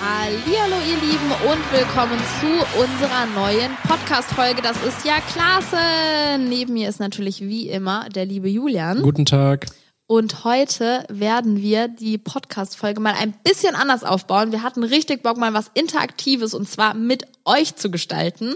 Hallihallo, ihr Lieben, und willkommen zu unserer neuen Podcast-Folge. Das ist ja klasse. Neben mir ist natürlich wie immer der liebe Julian. Guten Tag. Und heute werden wir die Podcast-Folge mal ein bisschen anders aufbauen. Wir hatten richtig Bock, mal was Interaktives und zwar mit euch zu gestalten.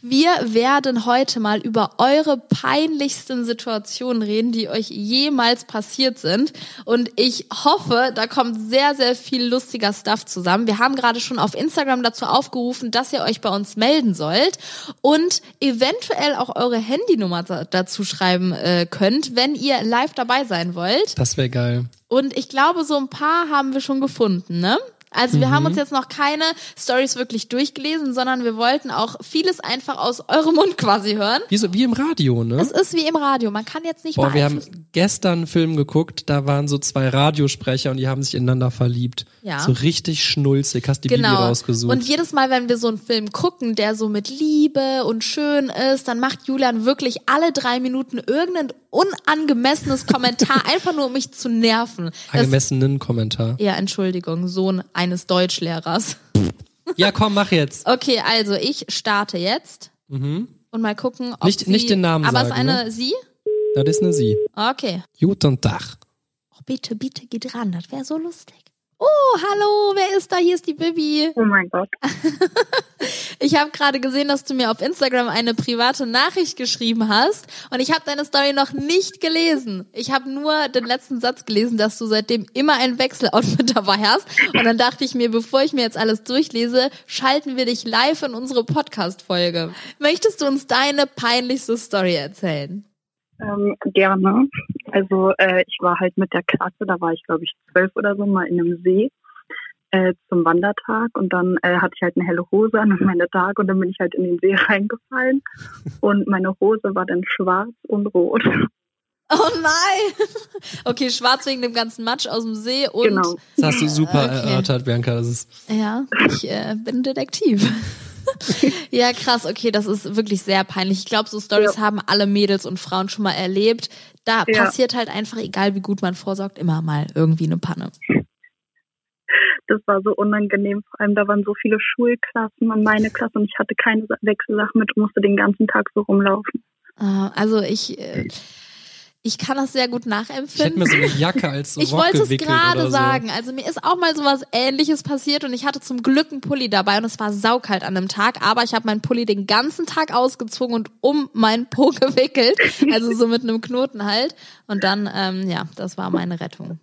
Wir werden heute mal über eure peinlichsten Situationen reden, die euch jemals passiert sind. Und ich hoffe, da kommt sehr, sehr viel lustiger Stuff zusammen. Wir haben gerade schon auf Instagram dazu aufgerufen, dass ihr euch bei uns melden sollt und eventuell auch eure Handynummer da- dazu schreiben äh, könnt, wenn ihr live dabei sein wollt. Das wäre geil. Und ich glaube, so ein paar haben wir schon gefunden, ne? Also wir Mhm. haben uns jetzt noch keine Stories wirklich durchgelesen, sondern wir wollten auch vieles einfach aus eurem Mund quasi hören. Wie, so, wie im Radio, ne? Es ist wie im Radio, man kann jetzt nicht Boah, wir haben beeinflussen. gestern einen Film geguckt, da waren so zwei Radiosprecher und die haben sich ineinander verliebt. Ja. So richtig schnulzig, hast die Bibi Genau. rausgesucht. Und jedes Mal, wenn wir so einen Film gucken, der so mit Liebe und schön ist, dann macht Julian wirklich alle drei Minuten irgendein unangemessenes Kommentar, einfach nur um mich zu nerven. Das, Angemessenen Kommentar. ja, Entschuldigung, Sohn eines Deutschlehrers. Ja, komm, mach jetzt. Okay, also ich starte jetzt und mal gucken, ob Mhm. Nicht- sie, nicht den Namen Aber es ist sagen, ne? eine sie? Das ist eine Sie. Okay. Guten Tag. Oh, bitte, bitte geht ran, das wäre so lustig. Oh, hallo, wer ist da? Hier ist die Bibi. Oh mein Gott. Ich habe gerade gesehen, dass du mir auf Instagram eine private Nachricht geschrieben hast und ich habe deine Story noch nicht gelesen. Ich habe nur den letzten Satz gelesen, dass du seitdem immer ein Wechseloutfit dabei hast und dann dachte ich mir, bevor ich mir jetzt alles durchlese, schalten wir dich live in unsere Podcast Folge. Möchtest du uns deine peinlichste Story erzählen? Ähm, gerne. Also äh, ich war halt mit der Klasse, da war ich glaube ich zwölf oder so, mal in einem See äh, zum Wandertag und dann äh, hatte ich halt eine helle Hose an und meine Tag und dann bin ich halt in den See reingefallen und meine Hose war dann schwarz und rot. Oh nein. Okay, schwarz wegen dem ganzen Matsch aus dem See und genau. Das hast du super Okay. erörtert, Bianca. Das ist, Ja, ich äh, bin Detektiv. ja, krass, okay, das ist wirklich sehr peinlich. Ich glaube, so Stories haben alle Mädels und Frauen schon mal erlebt. Da Ja. passiert halt einfach, egal wie gut man vorsorgt, immer mal irgendwie eine Panne. Das war so unangenehm. Vor allem da waren so viele Schulklassen und meine Klasse und ich hatte keine Sa- Wechselsachen mit und musste den ganzen Tag so rumlaufen. Äh, also ich, äh, ich kann das sehr gut nachempfinden. ich hätte mir so eine Jacke als Ich Rock wollte es gewickelt oder gerade so. sagen. Also mir ist auch mal sowas ähnliches passiert und ich hatte zum Glück einen Pulli dabei und es war saukalt an dem Tag, aber ich habe meinen Pulli den ganzen Tag ausgezogen und um meinen Po gewickelt, also so mit einem Knoten halt. Und dann, ähm, ja, das war meine Rettung.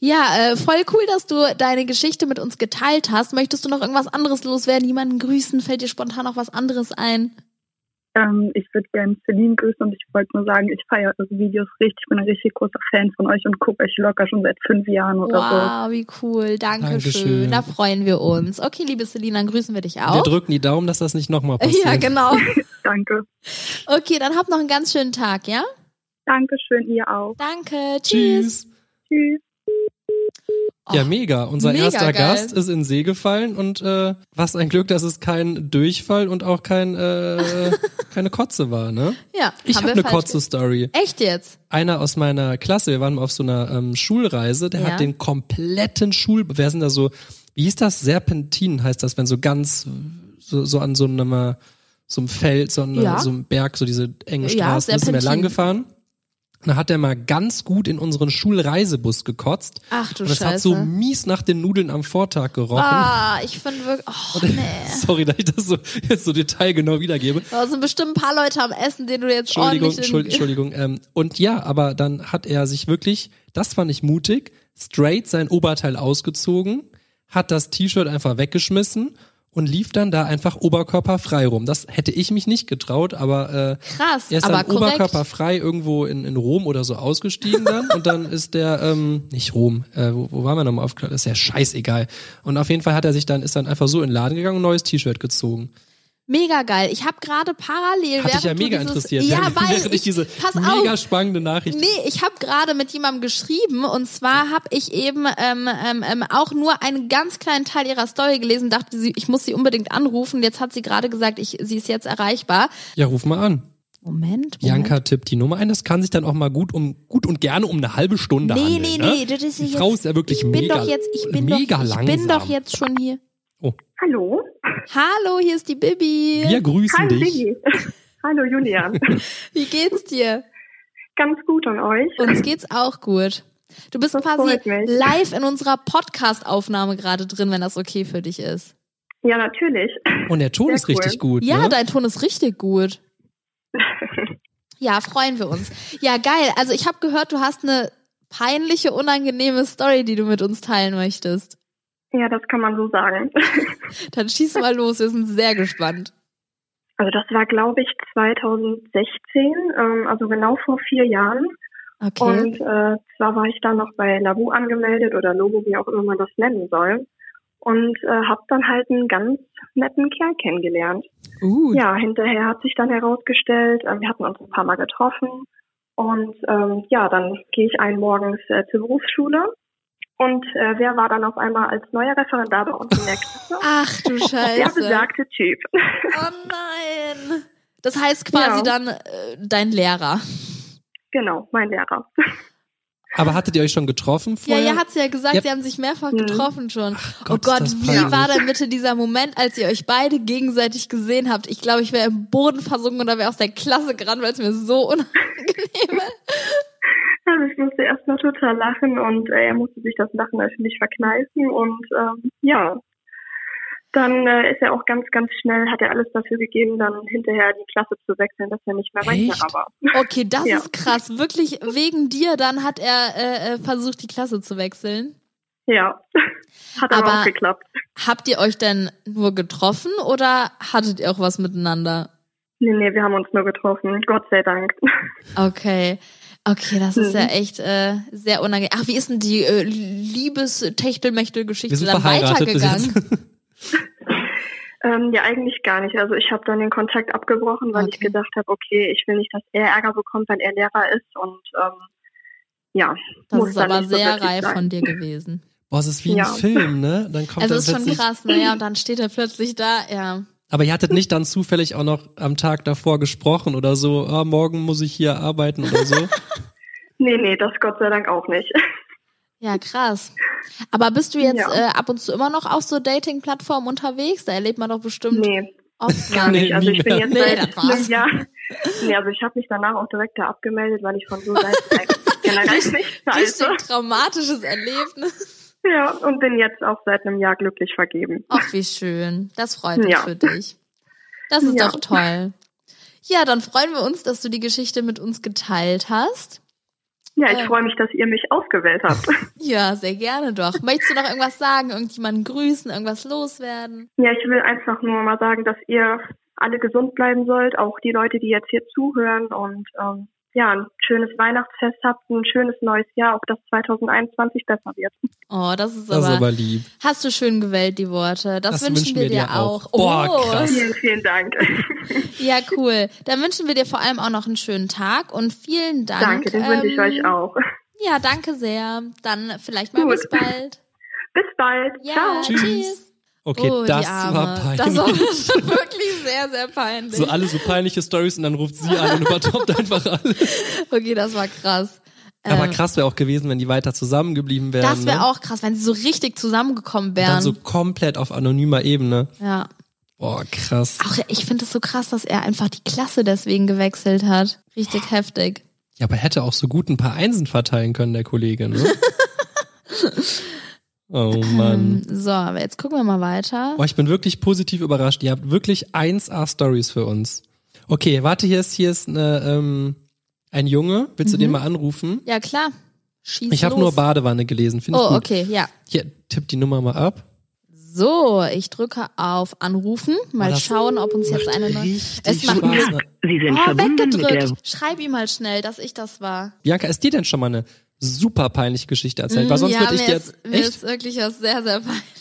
Ja, äh, voll cool, dass du deine Geschichte mit uns geteilt hast. Möchtest du noch irgendwas anderes loswerden? Jemanden grüßen? Fällt dir spontan noch was anderes ein? Ähm, ich würde gerne Celine grüßen und ich wollte nur sagen, ich feiere eure Videos richtig, ich bin ein richtig großer Fan von euch und gucke euch locker schon seit fünf Jahren oder so. Wow, wie cool. Dankeschön. Dankeschön. Da freuen wir uns. Okay, liebe Celine, dann grüßen wir dich Wir auch. drücken die Daumen, dass das nicht nochmal passiert. Ja, genau. Danke. Okay, dann habt noch einen ganz schönen Tag, ja? Dankeschön, ihr auch. Danke. Tschüss. Tschüss. Tschüss. Ja, Oh, mega. Unser mega erster geil. Gast ist in den See gefallen und äh, was ein Glück, dass es kein Durchfall und auch kein, äh, keine Kotze war, ne? ja, Ich haben habe wir eine falsch ge- Kotze-Story. Echt jetzt? Einer aus meiner Klasse, wir waren auf so einer ähm, Schulreise, der Ja. hat den kompletten Schul... Wer sind da so... Wie hieß das? Serpentinen heißt das, wenn so ganz... So, so an so einem, äh, so einem Feld, so, an, äh, Ja. so einem Berg, so diese Ja, engen Straßen, ja, sind wir Serpentinen. lang gefahren. Und Da hat er mal ganz gut in unseren Schulreisebus gekotzt. Ach du Und es Scheiße. hat so mies nach den Nudeln am Vortag gerochen. Ah, ich finde wirklich. Oh, nee. Sorry, dass ich das so jetzt so detailgenau wiedergebe. Da sind bestimmt ein paar Leute am Essen, denen du jetzt Entschuldigung, ordentlich. in- Entschuldigung. Entschuldigung. Ähm, und ja, aber dann hat er sich wirklich, das fand ich mutig, straight sein Oberteil ausgezogen, hat das T-Shirt einfach weggeschmissen und lief dann da einfach oberkörperfrei rum. Das hätte ich mich nicht getraut, aber äh, Krass, er ist aber dann korrekt. oberkörperfrei irgendwo in, in Rom oder so ausgestiegen dann und dann ist der, ähm, nicht Rom, äh, wo, wo waren wir nochmal aufgeklärt? Ist ja scheißegal. Und auf jeden Fall hat er sich dann, ist dann einfach so in den Laden gegangen und ein neues T-Shirt gezogen. Mega geil. Ich habe gerade parallel. Hat während dich ja du mega dieses, interessiert, ne? Ja, während, weil während ich diese pass mega auf, spannende Nachricht. Nee, ich habe gerade mit jemandem geschrieben und zwar habe ich eben ähm, ähm, ähm, auch nur einen ganz kleinen Teil ihrer Story gelesen, dachte sie, ich muss sie unbedingt anrufen. Jetzt hat sie gerade gesagt, ich, sie ist jetzt erreichbar. Ja, ruf mal an. Moment. Moment. Janka tippt die Nummer ein. Das kann sich dann auch mal gut um gut und gerne um eine halbe Stunde Nee, handeln. nee, ne? nee, das ist Die jetzt- Frau ist ja wirklich Ich bin mega, doch jetzt, ich bin mega doch, langsam. ich bin doch jetzt schon hier. Hallo. Hallo, hier ist die Bibi. Wir grüßen Hallo, dich. Digi. Hallo, Julian. Wie geht's dir? Ganz gut und euch? Uns geht's auch gut. Du bist Das quasi freut mich. live in unserer Podcast-Aufnahme gerade drin, wenn das okay für dich ist. Ja, natürlich. Und der Ton Sehr ist richtig gut. Ja, ne? dein Ton ist richtig gut. Ja, freuen wir uns. Ja, geil. Also ich habe gehört, du hast eine peinliche, unangenehme Story, die du mit uns teilen möchtest. Ja, das kann man so sagen. Dann schieß mal los, wir sind sehr gespannt. Also das war, glaube ich, 2016, ähm, also genau vor vier Jahren. Okay. Und äh, zwar war ich da noch bei Labu angemeldet oder Logo, wie auch immer man das nennen soll. Und äh, habe dann halt einen ganz netten Kerl kennengelernt. uh, Ja, hinterher hat sich dann herausgestellt, äh, wir hatten uns ein paar Mal getroffen. Und ähm, ja, dann gehe ich einen morgens äh, zur Berufsschule. Und äh, wer war dann auf einmal als neuer Referendar bei uns in der Klasse? Ach du Der Scheiße. besagte Typ. Oh nein. Das heißt quasi Ja. dann äh, dein Lehrer. genau, mein Lehrer. Aber hattet ihr euch schon getroffen Ja, vorher? ja, hat's ja gesagt, Ja. sie haben sich mehrfach Mhm. getroffen schon. oh Gott, ist Gott, das wie peinlich. war denn bitte dieser Moment, als ihr euch beide gegenseitig gesehen habt? Ich glaube, ich wäre im Boden versunken oder wäre aus der Klasse gerannt, weil es mir so unangenehm ist. Also ich musste erst noch total lachen und äh, er musste sich das Lachen natürlich verkneifen und ähm, ja. Dann äh, ist er auch ganz, ganz schnell, hat er alles dafür gegeben, dann hinterher die Klasse zu wechseln, dass er nicht mehr weiter Echt? war. Okay, das Ja. ist krass. Wirklich, wegen dir dann hat er äh, äh, versucht, die Klasse zu wechseln. Ja, hat aber, Aber- auch geklappt. Habt ihr euch denn nur getroffen oder hattet ihr auch was miteinander? Nee, nee, wir haben uns nur getroffen, Gott sei Dank. Okay. Okay, das ist Mhm. ja echt äh, sehr unangenehm. Ach, wie ist denn die äh, Liebes-Techtelmechtel-Geschichte Wir sind dann verheiratet bis weitergegangen? jetzt. Ähm, ja, eigentlich gar nicht. Also ich habe dann den Kontakt abgebrochen, weil ich Okay. gedacht habe, okay, ich will nicht, dass er Ärger bekommt, wenn er Lehrer ist und ähm, ja. Das muss ist dann aber nicht so sehr wirklich reif sein. von dir gewesen. Boah, es ist wie Ja. ein Film, ne? Dann kommt Also dann ist schon plötzlich- krass, naja, und dann steht er plötzlich da, ja. Aber ihr hattet nicht dann zufällig auch noch am Tag davor gesprochen oder so, ah, morgen muss ich hier arbeiten oder so. Nee, nee, das Gott sei Dank auch nicht. Ja, krass. Aber bist du jetzt Ja. äh, ab und zu immer noch auf so Dating-Plattformen unterwegs? Da erlebt man doch bestimmt Nee, oft Gar nicht. mal. nicht. Also ich bin nie jetzt mehr. seit Nee, das war's. einem Jahr. Nee, also ich habe mich danach auch direkt da abgemeldet, weil ich von so Seiten eigentlich generell nicht Richtig halte. traumatisches Erlebnis. Ja, und bin jetzt auch seit einem Jahr glücklich vergeben. Ach, wie schön. Das freut mich Ja. für dich. Das ist Ja. doch toll. Ja, dann freuen wir uns, dass du die Geschichte mit uns geteilt hast. Ja, ich Ähm. freue mich, dass ihr mich ausgewählt habt. Ja, sehr gerne doch. Möchtest du noch irgendwas sagen, irgendjemanden grüßen, irgendwas loswerden? Ja, ich will einfach nur mal sagen, dass ihr alle gesund bleiben sollt, auch die Leute, die jetzt hier zuhören und ähm, ja, ein schönes Weihnachtsfest habt, ein schönes neues Jahr, auch dass 2021 besser wird. Oh, das ist Das ist aber, aber lieb. Hast du schön gewählt, die Worte. Das, wünschen wir dir auch. Boah, krass. Vielen, vielen Dank. ja, cool. Dann wünschen wir dir vor allem auch noch einen schönen Tag und vielen Dank. Danke, den wünsche ich ähm, euch auch. Ja, danke sehr. Dann vielleicht mal Gut. bis bald. Bis bald. Ciao. Ja, Tschüss. tschüss. Okay, oh, das die Arme. war peinlich. Das war wirklich sehr, sehr peinlich. so alle so peinliche Stories und dann ruft sie an und übertoppt einfach alles. okay, das war krass. Aber Ähm, krass wäre auch gewesen, wenn die weiter zusammengeblieben wären. Das wäre ne? auch krass, wenn sie so richtig zusammengekommen Dann wären. so komplett auf anonymer Ebene. ja. Boah, krass. Auch ich finde es so krass, dass er einfach die Klasse deswegen gewechselt hat. Richtig Oh. heftig. Ja, aber hätte auch so gut ein paar Einsen verteilen können, der Kollege, ne? oh Mann. Ähm, so, aber jetzt gucken wir mal weiter. Boah, ich bin wirklich positiv überrascht. Ihr habt wirklich 1A-Stories für uns. Okay, warte, hier ist, hier ist eine, ähm, ein Junge. Willst du den mal anrufen? Ja, klar. Schieß Ich habe nur Mhm. los. Badewanne gelesen, finde ich Oh, gut. okay, ja. Hier, tipp die Nummer mal ab. So, ich drücke auf Anrufen. Mal das schauen, ob uns jetzt macht eine neue. richtig Es macht Spaß. mir- Sie Oh, sind verbunden mit der weggedrückt. Schreib ihm mal schnell, dass ich das war. Bianca, ist dir denn schon mal eine super peinliche Geschichte erzählt? Weil Mm, halt sonst ja, würde ich mir dir ist, jetzt mir echt ist wirklich was sehr, sehr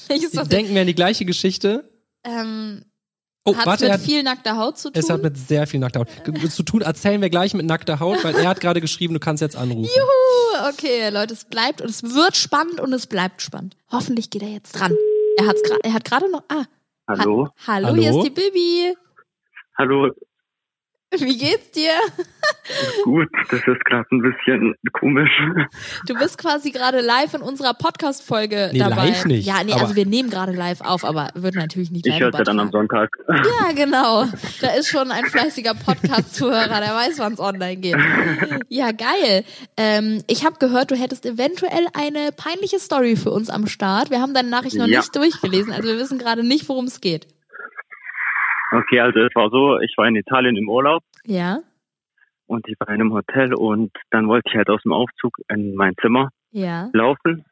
peinliches. Was denken, wir an die gleiche Geschichte. ähm, Oh, hat's warte, mit er hat, viel nackter Haut zu tun. es hat mit sehr viel nackter Haut ge- zu tun. Erzählen wir gleich mit nackter Haut, weil er hat gerade geschrieben, du kannst jetzt anrufen. Uh, okay, Leute, es bleibt und es wird spannend und es bleibt spannend. Hoffentlich geht er jetzt dran. Er hat's gerade, er hat gerade noch. Ah, Hallo? hallo, Hallo? hier ist die Bibi. Hallo, Wie geht's dir? Gut, das ist gerade ein bisschen komisch. Du bist quasi gerade live in unserer Podcast-Folge Nee, dabei. live nicht, Ja, nee, aber- also wir nehmen gerade live auf, aber wird natürlich nicht Ich live höre ja dann am übertragen. Sonntag. Ja, genau. Da ist schon ein fleißiger Podcast-Zuhörer, der weiß, wann es online geht. Ja, geil. Ähm, ich habe gehört, du hättest eventuell eine peinliche Story für uns am Start. Wir haben deine Nachricht noch Ja. nicht durchgelesen, also wir wissen gerade nicht, worum es geht. Okay, also es war so, ich war in Italien im Urlaub Ja? und ich war in einem Hotel und dann wollte ich halt aus dem Aufzug in mein Zimmer Ja? laufen.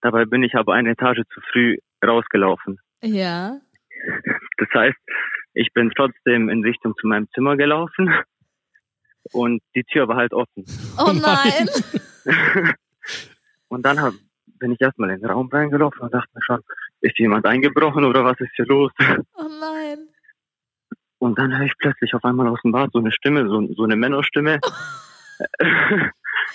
Dabei bin ich aber eine Etage zu früh rausgelaufen. Ja? Das heißt, ich bin trotzdem in Richtung zu meinem Zimmer gelaufen und die Tür war halt offen. Oh nein! Nein. Und dann hab, bin ich erstmal in den Raum reingelaufen und dachte mir schon, ist jemand eingebrochen oder was ist hier los? Oh nein! Und dann höre ich plötzlich auf einmal aus dem Bad so eine Stimme, so, so eine Männerstimme.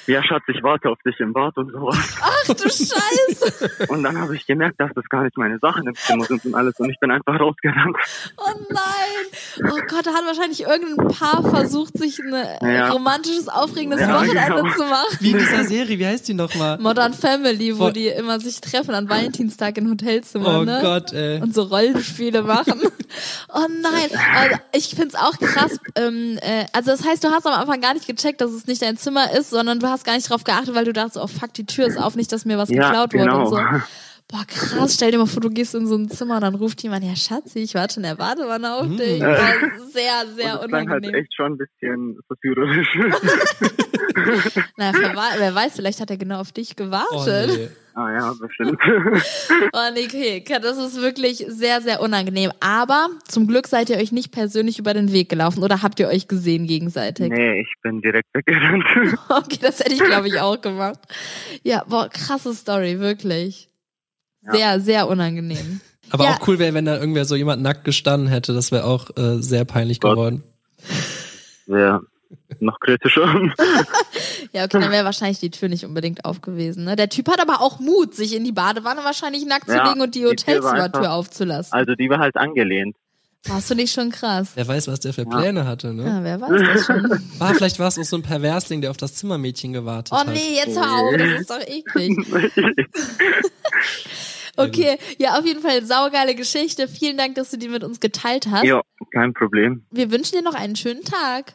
ja, Schatz, ich warte auf dich im Bad und sowas. Ach du Scheiße! Und dann habe ich gemerkt, dass das gar nicht meine Sachen im Zimmer sind und alles. Und ich bin einfach rausgegangen. Oh nein! Oh Gott, da hat wahrscheinlich irgendein Paar versucht, sich ein äh, Ja. romantisches, aufregendes Ja, Wochenende genau. zu machen. Wie in dieser Serie, wie heißt die nochmal? Modern Family, wo Voll. die immer sich treffen an Valentinstag in Hotelzimmern, Oh ne? Gott, ey. Und so Rollenspiele machen. oh nein. Also ich find's auch krass. Ähm, äh, also das heißt, du hast am Anfang gar nicht gecheckt, dass es nicht dein Zimmer ist, sondern du hast gar nicht drauf geachtet, weil du dachtest, oh fuck, die Tür ist auf, nicht, dass mir was Ja, geklaut genau. wurde und so. Boah, krass, stell dir mal vor, du gehst in so ein Zimmer, dann ruft jemand, ja Schatzi, ich warte in der Badewanne auf Mm. dich. Boah, sehr, sehr und das klang halt unangenehm. echt schon ein bisschen verführerisch. Na, wer wa- wer weiß, vielleicht hat er genau auf dich Oh, gewartet. nee. ah ja, bestimmt. Oh, nee, okay. Das ist wirklich sehr, sehr unangenehm. Aber zum Glück seid ihr euch nicht persönlich über den Weg gelaufen oder habt ihr euch gesehen gegenseitig? nee, ich bin direkt weggerannt. Okay, das hätte ich, glaube ich, auch gemacht. Ja, boah, krasse Story, wirklich. Ja. Sehr, sehr unangenehm. Aber Ja. auch cool wäre, wenn da irgendwer so jemand nackt gestanden hätte. Das wäre auch äh, sehr peinlich Gott. geworden. ja, noch kritischer. Ja, okay, dann wäre wahrscheinlich die Tür nicht unbedingt auf gewesen. Ne? Der Typ hat aber auch Mut, sich in die Badewanne wahrscheinlich nackt zu Ja, legen und die die Tür war Hotelzimmertür einfach- aufzulassen. Also die war halt angelehnt. Warst du nicht schon krass? Wer weiß, was der für Ja. Pläne hatte, ne? Ja, wer weiß das schon. Ah, vielleicht war es auch so ein Perversling, der auf das Zimmermädchen gewartet Oh hat. nee, jetzt hör auf, das ist doch eklig. Okay, ja, auf jeden Fall saugeile Geschichte. Vielen Dank, dass du die mit uns geteilt hast. ja, kein Problem. Wir wünschen dir noch einen schönen Tag.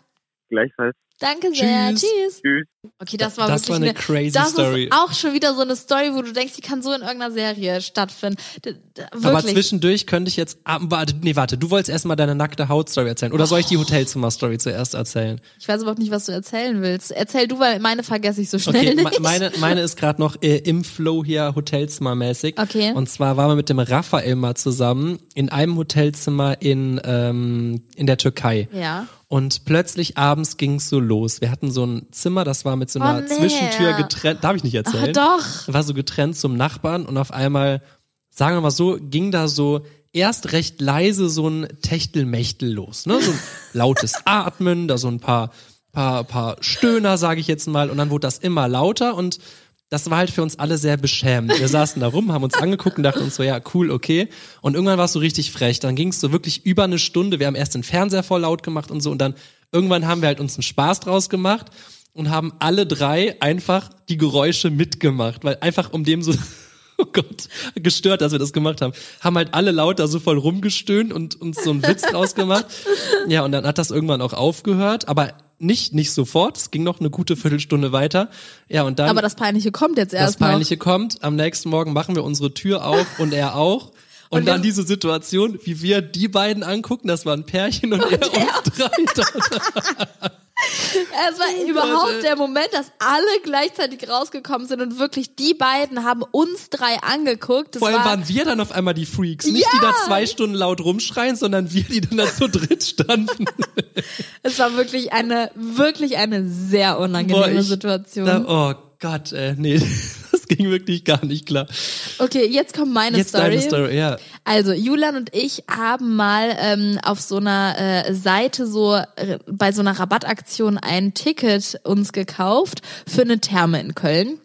Gleichfalls. Danke sehr. Tschüss. Tschüss. Tschüss. Okay, das war das wirklich war eine crazy das Story. ist auch schon wieder so eine Story, wo du denkst, die kann so in irgendeiner Serie stattfinden. D d- wirklich. Aber zwischendurch könnte ich jetzt. Ah, warte, nee, warte, du wolltest erstmal deine nackte Hautstory erzählen. Oder soll ich die Oh. Hotelzimmer-Story zuerst erzählen? ich weiß überhaupt nicht, was du erzählen willst. Erzähl du, weil meine vergesse ich so schnell Okay, me- nicht. meine, meine ist gerade noch äh, im Flow hier Hotelzimmermäßig. Okay. Und zwar waren wir mit dem Raphael mal zusammen in einem Hotelzimmer in, ähm, in der Türkei. ja. Und plötzlich abends ging's so los. Wir hatten so ein Zimmer, das war mit so Oh, einer nee. Zwischentür getrennt. Darf ich nicht Ah, erzählen? doch. War so getrennt zum Nachbarn und auf einmal, sagen wir mal so, ging da so erst recht leise so ein Techtelmechtel los. Ne? So ein lautes Atmen, da so ein paar, paar, paar Stöhner, sage ich jetzt mal. Und dann wurde das immer lauter und das war halt für uns alle sehr beschämend. Wir saßen da rum, haben uns angeguckt und dachten uns so, ja, cool, okay. Und irgendwann war es so richtig frech. Dann ging es so wirklich über eine Stunde. Wir haben erst den Fernseher voll laut gemacht und so. Und dann irgendwann haben wir halt uns einen Spaß draus gemacht und haben alle drei einfach die Geräusche mitgemacht. Weil einfach um dem so, oh Gott, gestört, dass wir das gemacht haben, haben halt alle laut da so voll rumgestöhnt und uns so einen Witz draus gemacht. Ja, und dann hat das irgendwann auch aufgehört. Aber nicht, nicht sofort. Es ging noch eine gute Viertelstunde weiter. Ja, und dann Aber das Peinliche kommt jetzt das erst Peinliche kommt, am nächsten Morgen machen wir unsere Tür auf und er auch. Und, Und wir- dann diese Situation, wie wir die beiden angucken, das waren Pärchen und, er uns drei. noch. Es war ey. überhaupt der Moment, dass alle gleichzeitig rausgekommen sind und wirklich die beiden haben uns drei angeguckt. Das Vor allem war waren wir dann auf einmal die Freaks. Nicht die da zwei Stunden laut rumschreien, sondern wir, die dann da zu dritt standen. Es war wirklich eine, wirklich eine sehr unangenehme Boah, ich- Situation. Da, oh Gott, äh, nee, das ging wirklich gar nicht klar. okay, jetzt kommt meine Jetzt Story. deine Story, ja. Also Julian und ich haben mal ähm, auf so einer äh, Seite so äh, bei so einer Rabattaktion ein Ticket uns gekauft für eine Therme in Köln.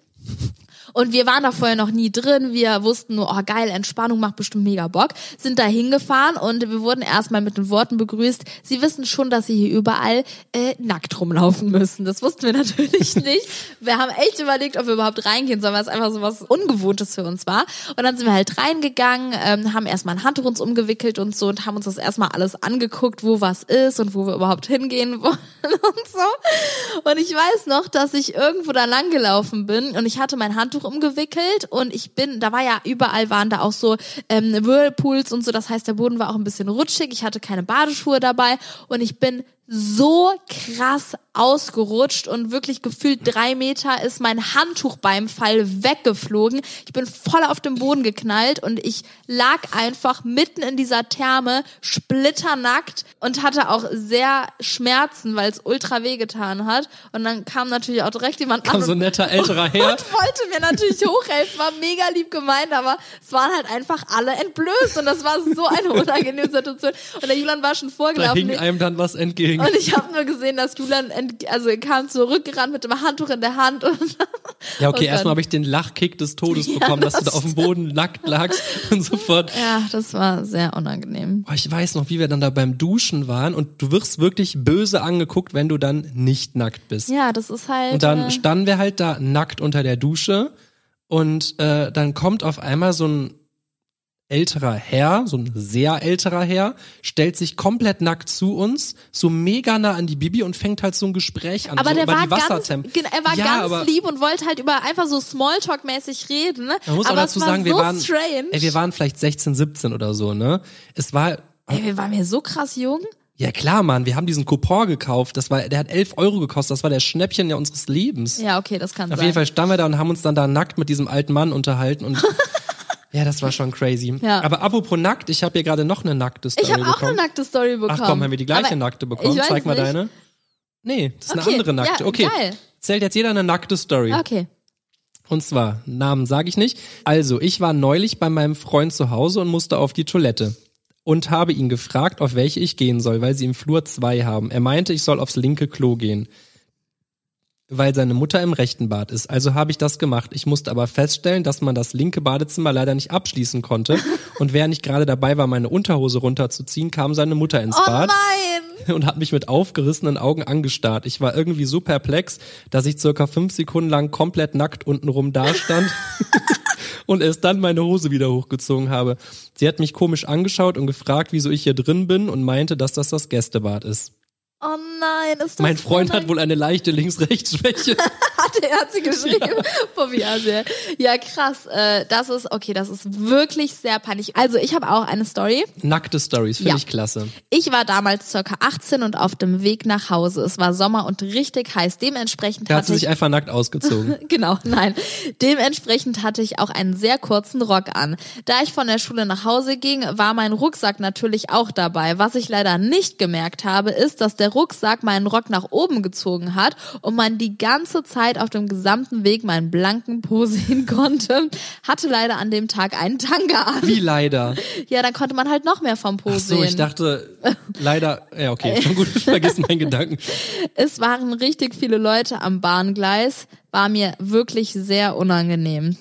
Und wir waren da vorher noch nie drin. Wir wussten nur, oh geil, Entspannung macht bestimmt mega Bock. Sind da hingefahren und wir wurden erstmal mit den Worten begrüßt. Sie wissen schon, dass sie hier überall äh, nackt rumlaufen müssen. Das wussten wir natürlich nicht. Wir haben echt überlegt, ob wir überhaupt reingehen sollen, weil es einfach so was Ungewohntes für uns war. Und dann sind wir halt reingegangen, ähm, haben erstmal ein Handtuch uns umgewickelt und so und haben uns das erstmal alles angeguckt, wo was ist und wo wir überhaupt hingehen wollen und so. Und ich weiß noch, dass ich irgendwo da lang gelaufen bin und ich hatte mein Handtuch umgewickelt und ich bin, da war ja überall waren da auch so ähm, Whirlpools und so, das heißt, der Boden war auch ein bisschen rutschig, ich hatte keine Badeschuhe dabei und ich bin so krass ausgerutscht und wirklich gefühlt drei Meter ist mein Handtuch beim Fall weggeflogen. Ich bin voll auf den Boden geknallt und ich lag einfach mitten in dieser Therme splitternackt und hatte auch sehr Schmerzen, weil es ultra wehgetan hat. Und dann kam natürlich auch direkt jemand Kam an so ein und, netter älterer Herr. und wollte mir natürlich hochhelfen, war mega lieb gemeint, aber es waren halt einfach alle entblößt und das war so eine unangenehme Situation. Und der Julian war schon Da vorgelaufen. hing einem dann was entgegen. Und ich habe nur gesehen, dass Julian ent also er kam zurückgerannt mit dem Handtuch in der Hand und Ja, okay, und erstmal dann- habe ich den Lachkick des Todes bekommen, dass du da auf dem Boden nackt lagst und sofort. ja, das war sehr unangenehm. Boah, ich weiß noch, wie wir dann da beim Duschen waren und du wirst wirklich böse angeguckt, wenn du dann nicht nackt bist. Ja, das ist halt. Und dann äh, standen wir halt da nackt unter der Dusche und äh, dann kommt auf einmal so ein älterer Herr, so ein sehr älterer Herr, stellt sich komplett nackt zu uns, so mega nah an die Bibi und fängt halt so ein Gespräch an, aber so der über war die ganz, Wassertemp. gen- er war ja, ganz aber lieb und wollte halt über einfach so Smalltalk-mäßig reden. ne? Man muss aber auch dazu es war sagen, wir so waren, strange. ey, wir waren vielleicht 16, 17 oder so, ne? Es war Ey, wir waren ja so krass jung. Ja klar, Mann, wir haben diesen Coupon gekauft. Das war, der hat 11 Euro gekostet. Das war der Schnäppchen ja unseres Lebens. Ja, okay, das kann Auf sein. jeden Fall standen wir da und haben uns dann da nackt mit diesem alten Mann unterhalten und ja, das war schon crazy. Ja. Aber apropos nackt, ich habe hier gerade noch eine nackte Story Ich habe auch bekommen. eine nackte Story bekommen. Ach komm, haben wir die gleiche aber, nackte bekommen? ich weiß Zeig mal nicht. deine. Nee, das ist Okay, eine andere nackte. ja, okay. geil. Zählt jetzt jeder eine nackte Story. Okay. Und zwar, Namen sage ich nicht. Also, ich war neulich bei meinem Freund zu Hause und musste auf die Toilette. Und habe ihn gefragt, auf welche ich gehen soll, weil sie im Flur zwei haben. Er meinte, ich soll aufs linke Klo gehen. Weil seine Mutter im rechten Bad ist. Also habe ich das gemacht. Ich musste aber feststellen, dass man das linke Badezimmer leider nicht abschließen konnte. Und während ich gerade dabei war, meine Unterhose runterzuziehen, kam seine Mutter ins Oh Bad nein! und hat mich mit aufgerissenen Augen angestarrt. Ich war irgendwie so perplex, dass ich circa fünf Sekunden lang komplett nackt untenrum dastand und erst dann meine Hose wieder hochgezogen habe. Sie hat mich komisch angeschaut und gefragt, wieso ich hier drin bin und meinte, dass das das Gästebad ist. Oh nein, ist das mein Freund so hat wohl eine leichte Links-Rechts-Schwäche. Hat er, hat sie geschrieben. Bobby Asel. Ja, krass. Äh, das ist, okay, das ist wirklich sehr peinlich. Also, ich habe auch eine Story. Nackte Stories, finde Ja. ich klasse. Ich war damals circa 18 und auf dem Weg nach Hause. Es war Sommer und richtig heiß. Dementsprechend Da hat hatte sie ich sich einfach nackt ausgezogen. genau, nein. Dementsprechend hatte ich auch einen sehr kurzen Rock an. Da ich von der Schule nach Hause ging, war mein Rucksack natürlich auch dabei. Was ich leider nicht gemerkt habe, ist, dass der Rucksack meinen Rock nach oben gezogen hat und man die ganze Zeit auf dem gesamten Weg meinen blanken Po sehen konnte. Hatte leider an dem Tag einen Tanga an. Wie leider. Ja, dann konnte man halt noch mehr vom Po Ach so, sehen. ich dachte, leider, ja okay, schon gut, ich vergesse meinen Gedanken. Es waren richtig viele Leute am Bahngleis. War mir wirklich sehr unangenehm.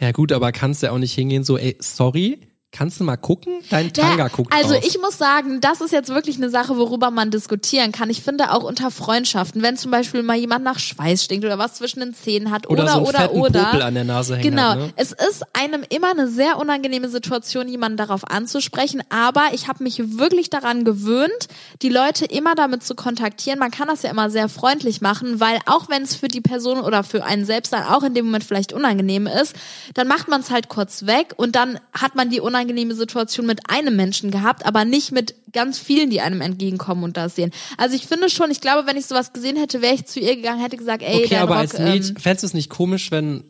Ja gut, aber kannst ja auch nicht hingehen so, ey, sorry, kannst du mal gucken? Dein Tanga Ja, guckt Also drauf. ich muss sagen, das ist jetzt wirklich eine Sache, worüber man diskutieren kann. Ich finde auch unter Freundschaften, wenn zum Beispiel mal jemand nach Schweiß stinkt oder was zwischen den Zähnen hat oder, oder so einen oder fetten oder. Popel an der Nase hängen Genau, hat, ne? es ist einem immer eine sehr unangenehme Situation, jemanden darauf anzusprechen, aber ich habe mich wirklich daran gewöhnt, die Leute immer damit zu kontaktieren. Man kann das ja immer sehr freundlich machen, weil auch wenn es für die Person oder für einen selbst dann auch in dem Moment vielleicht unangenehm ist, dann macht man es halt kurz weg und dann hat man die unangenehme Situation mit einem Menschen gehabt, aber nicht mit ganz vielen, die einem entgegenkommen und das sehen. Also ich finde schon, ich glaube, wenn ich sowas gesehen hätte, wäre ich zu ihr gegangen, hätte gesagt, ey, Okay, dein aber Rock, als ähm, Mädchen, fändest du es nicht komisch, wenn,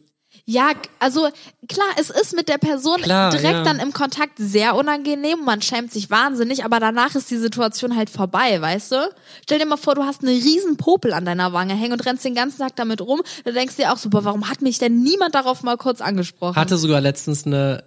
ja, k- also klar, es ist mit der Person Klar, direkt ja. dann im Kontakt sehr unangenehm, man schämt sich wahnsinnig, aber danach ist die Situation halt vorbei, weißt du? Stell dir mal vor, du hast einen riesen Popel an deiner Wange hängen und rennst den ganzen Tag damit rum, dann denkst du dir auch so, boah, warum hat mich denn niemand darauf mal kurz angesprochen? hatte sogar letztens eine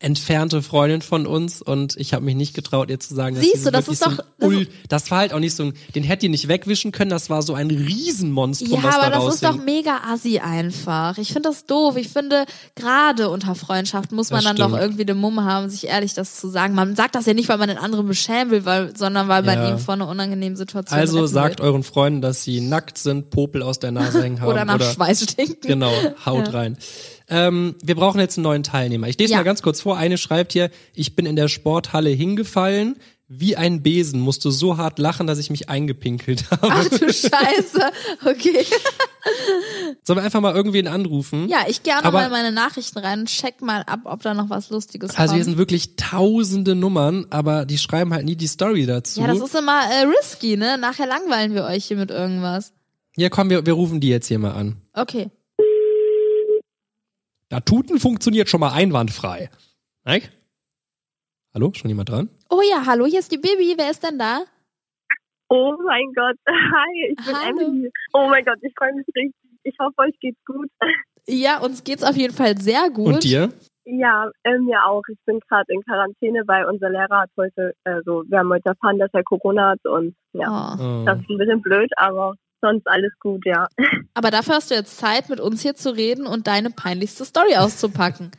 entfernte Freundin von uns und ich habe mich nicht getraut, ihr zu sagen, dass Siehst sie du, das wirklich ist doch- so ein Ul das war halt auch nicht so ein, den hätte ihr nicht wegwischen können, das war so ein Riesenmonstrum, Ja, was aber da das ist doch rausging. mega assi einfach. Ich finde das doof. Ich finde, gerade unter Freundschaft muss man Das dann doch stimmt. irgendwie den Mumm haben, sich ehrlich das zu sagen. Man sagt das ja nicht, weil man den anderen beschämen will, weil, sondern weil man Ja. ihn vor einer unangenehmen Situation Also retten sagt will. euren Freunden, dass sie nackt sind, Popel aus der Nase hängen haben Oder nach Schweiß stinken. Genau, haut rein. Ähm, wir brauchen jetzt einen neuen Teilnehmer. Ich lese Ja. mal ganz kurz vor. Eine schreibt hier, ich bin in der Sporthalle hingefallen. Wie ein Besen musste so hart lachen, dass ich mich eingepinkelt habe. Ach du Scheiße. Okay. Sollen wir einfach mal irgendwen anrufen? Ja, ich gehe auch noch Aber- mal in meine Nachrichten rein und check mal ab, ob da noch was Lustiges Also hier kommt. sind wirklich tausende Nummern, aber die schreiben halt nie die Story dazu. ja, das ist immer äh, risky, ne? Nachher langweilen wir euch hier mit irgendwas. ja komm, wir, wir rufen die jetzt hier mal an. Okay. Da Tuten funktioniert schon mal einwandfrei. Mike? Hallo, schon jemand dran? Oh ja, hallo, hier ist die Bibi. Wer ist denn da? Oh mein Gott, hi, ich bin Hallo. Emily. Oh mein Gott, ich freue mich richtig. Ich hoffe, euch geht's gut. Ja, uns geht's auf jeden Fall sehr gut. Und dir? Ja, äh, mir auch. Ich bin gerade in Quarantäne, weil unser Lehrer hat heute, also wir haben heute erfahren, dass er Corona hat und ja, Oh. Oh. das ist ein bisschen blöd, aber sonst alles gut, ja. Aber dafür hast du jetzt Zeit, mit uns hier zu reden und deine peinlichste Story auszupacken.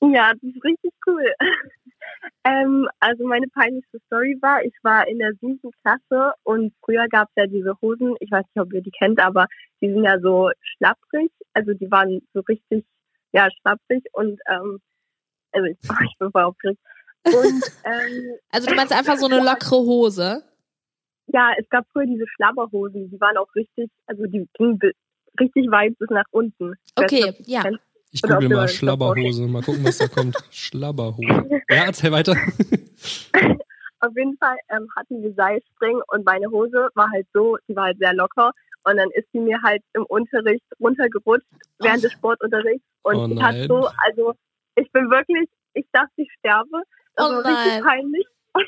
Ja, das ist richtig cool. Ähm, also meine peinlichste Story war, ich war in der siebten Klasse und früher gab es ja diese Hosen, ich weiß nicht, ob ihr die kennt, aber die sind ja so schlapprig, also die waren so richtig, ja, schlapprig und ähm, also ich, ich bin voll aufgeregt. Und ähm, Also du meinst einfach so eine lockere Hose. ja, es gab früher diese Schlabberhosen, die waren auch richtig, also die gingen bi- richtig weit bis nach unten. Ich weiß nicht, Okay, ob- ja. Ich Oder google ob du mal meinst, Schlabberhose. Mal gucken, was da kommt. Schlabberhose. Ja, erzähl weiter. Auf jeden Fall ähm, hatten wir Seilspringen und meine Hose war halt so, die war halt sehr locker und dann ist sie mir halt im Unterricht runtergerutscht während des Sportunterrichts und Oh ich hatte nein. so, also ich bin wirklich, ich dachte, ich sterbe. Das Oh war richtig nein. peinlich.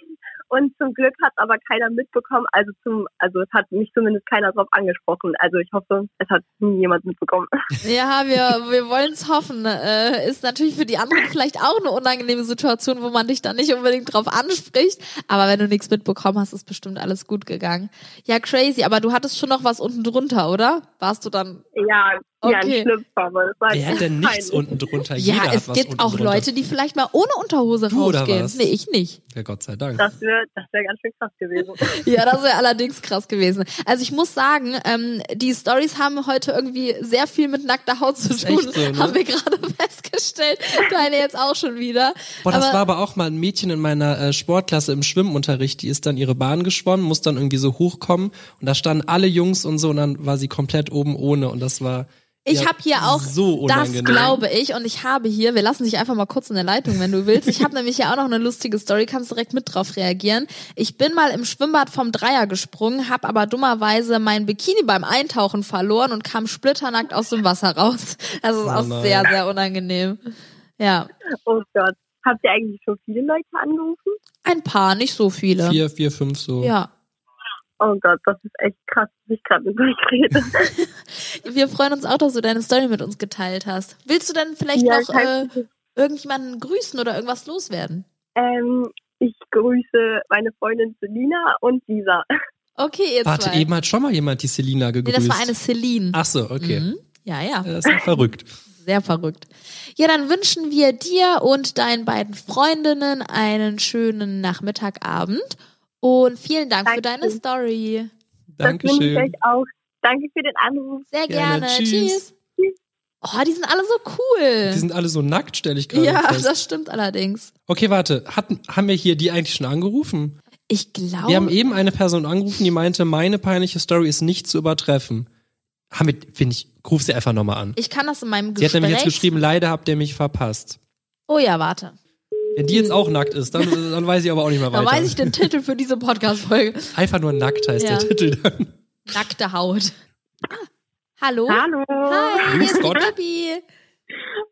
Und zum Glück hat aber keiner mitbekommen, also zum, also es hat mich zumindest keiner drauf angesprochen. Also ich hoffe, es hat nie jemand mitbekommen. Ja, wir, wir wollen's hoffen. Äh, ist natürlich für die anderen vielleicht auch eine unangenehme Situation, wo man dich dann nicht unbedingt drauf anspricht. Aber wenn du nichts mitbekommen hast, ist bestimmt alles gut gegangen. Ja, crazy. Aber du hattest schon noch was unten drunter, oder? Warst du dann? Ja, ja, Okay. ein Schlüpfer, aber das war Wer hat denn peinlich. nichts unten drunter? Jeder ja, hat es was gibt unten auch drunter. Leute, die vielleicht mal ohne Unterhose Du oder rausgehen. was? Nee, ich nicht. Ja, Gott sei Dank. Das wäre das wär ganz schön krass gewesen. Ja, das wäre allerdings krass gewesen. Also ich muss sagen, ähm, die Stories haben heute irgendwie sehr viel mit nackter Haut zu Ist tun, echt so, ne? haben wir gerade festgestellt. Deine jetzt auch schon wieder. Boah, das aber- war aber auch mal ein Mädchen in meiner äh, Sportklasse im Schwimmunterricht, die ist dann ihre Bahn geschwommen, muss dann irgendwie so hochkommen und da standen alle Jungs und so und dann war sie komplett oben ohne und das war Ich ja, hab habe hier auch so das unangenehm. glaube ich und ich habe hier, wir lassen dich einfach mal kurz in der Leitung, wenn du willst. Ich habe nämlich hier auch noch eine lustige Story, kannst direkt mit drauf reagieren. Ich bin mal im Schwimmbad vom Dreier gesprungen, habe aber dummerweise mein Bikini beim Eintauchen verloren und kam splitternackt aus dem Wasser raus. Das ist Oh auch nein. sehr sehr unangenehm. Ja, Oh Gott. Habt ihr eigentlich schon viele Leute angerufen? ein paar, nicht so viele. vier, vier, fünf so. Ja. Oh Gott, das ist echt krass, dass ich gerade mit euch rede. Wir freuen uns auch, dass du deine Story mit uns geteilt hast. Willst du denn vielleicht Ja, noch äh, kein irgendjemanden grüßen oder irgendwas loswerden? ähm, ich grüße meine Freundin Selina und Lisa. Okay, ihr Warte, zwei. eben hat schon mal jemand die Selina nee, gegrüßt. das war eine Celine. Ach so, Ah, okay. Mhm. Ja, ja, Das ist ja verrückt. sehr verrückt. Ja, dann wünschen wir dir und deinen beiden Freundinnen einen schönen Nachmittagabend und vielen Dank für Dankeschön. deine Story. Das wünsche Dankeschön. ich euch auch. Danke für den Anruf. Sehr gerne. Gerne. Tschüss. Tschüss. Oh, die sind alle so cool. Die sind alle so nackt, stelle ich gerade ja, fest. das stimmt allerdings. Okay, warte, Hatten, haben wir hier die eigentlich schon angerufen? Ich glaube. Wir haben eh eben eine Person angerufen, die meinte, meine peinliche Story ist nicht zu übertreffen. Haben wir, finde ich, ruf sie einfach nochmal an. Ich kann das in meinem Sie Gespräch. hat nämlich jetzt geschrieben, leider habt ihr mich verpasst. Oh ja, warte. Wenn die jetzt auch nackt ist, dann, dann weiß ich aber auch nicht mehr Da weiter. weiß ich den Titel für diese Podcast-Folge. Einfach nur nackt heißt Ja. der Titel dann. Nackte Haut. Ah, Hallo? Hallo. Hi, hier Grüß ist die Gott. Bibi.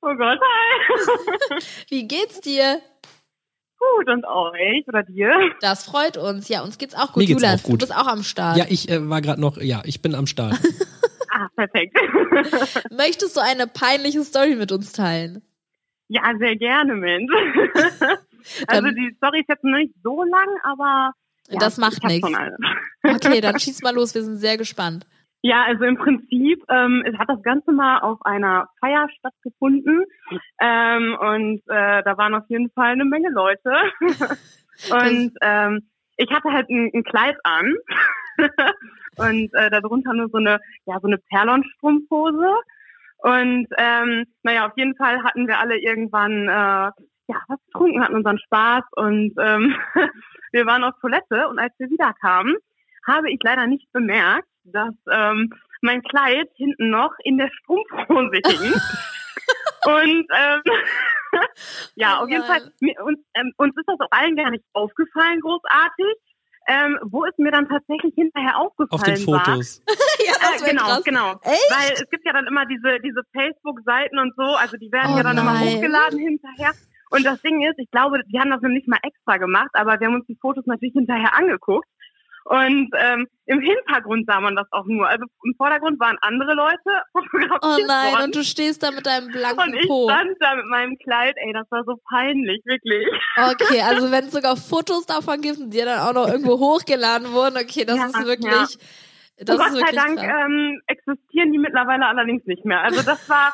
Oh Gott, hi. Wie geht's dir? Gut, und euch oder dir? Das freut uns. Ja, uns geht's auch gut. Mir geht's Julian, auch gut. du bist auch am Start. Ja, ich äh, war gerade noch, ja, ich bin am Start. Ah, perfekt. Möchtest du eine peinliche Story mit uns teilen? Ja, sehr gerne, Mensch. also Dann- die Story ist jetzt noch nicht so lang, aber ja, das ich macht hab nichts. schon eine. Okay, dann schieß mal los, wir sind sehr gespannt. Ja, also im Prinzip ähm, es hat das Ganze mal auf einer Feier stattgefunden ähm, und äh, da waren auf jeden Fall eine Menge Leute und ähm, ich hatte halt ein, ein Kleid an und äh, darunter nur so eine ja so eine Perlonstrumpfhose und ähm, naja auf jeden Fall hatten wir alle irgendwann äh, ja was getrunken hatten unseren Spaß und ähm, wir waren auf Toilette und als wir wiederkamen habe ich leider nicht bemerkt, dass ähm, mein Kleid hinten noch in der Strumpfhose hing. Und ähm, ja, Oh auf jeden nein. Fall, mir, uns, ähm, uns ist das auch allen gar nicht aufgefallen, großartig. Ähm, wo es mir dann tatsächlich hinterher aufgefallen Auf den war. Fotos. Ja, das Äh, wär genau, krass. genau. Echt? Weil es gibt ja dann immer diese, diese Facebook-Seiten und so, also die werden Oh ja dann immer nein. hochgeladen hinterher. Und das Ding ist, ich glaube, die haben das nämlich mal extra gemacht, aber wir haben uns die Fotos natürlich hinterher angeguckt. Und ähm, im Hintergrund sah man das auch nur. Also im Vordergrund waren andere Leute fotografiert Oh nein, worden. und du stehst da mit deinem Und blanken ich Po. stand da mit meinem Kleid, ey, das war so peinlich, wirklich. Okay, also wenn es sogar Fotos davon gibt und die dann auch noch irgendwo hochgeladen wurden, okay, das Ja, ist wirklich, ja. Oh das Gott ist sei wirklich Dank krass. ähm, existieren die mittlerweile allerdings nicht mehr. Also das war,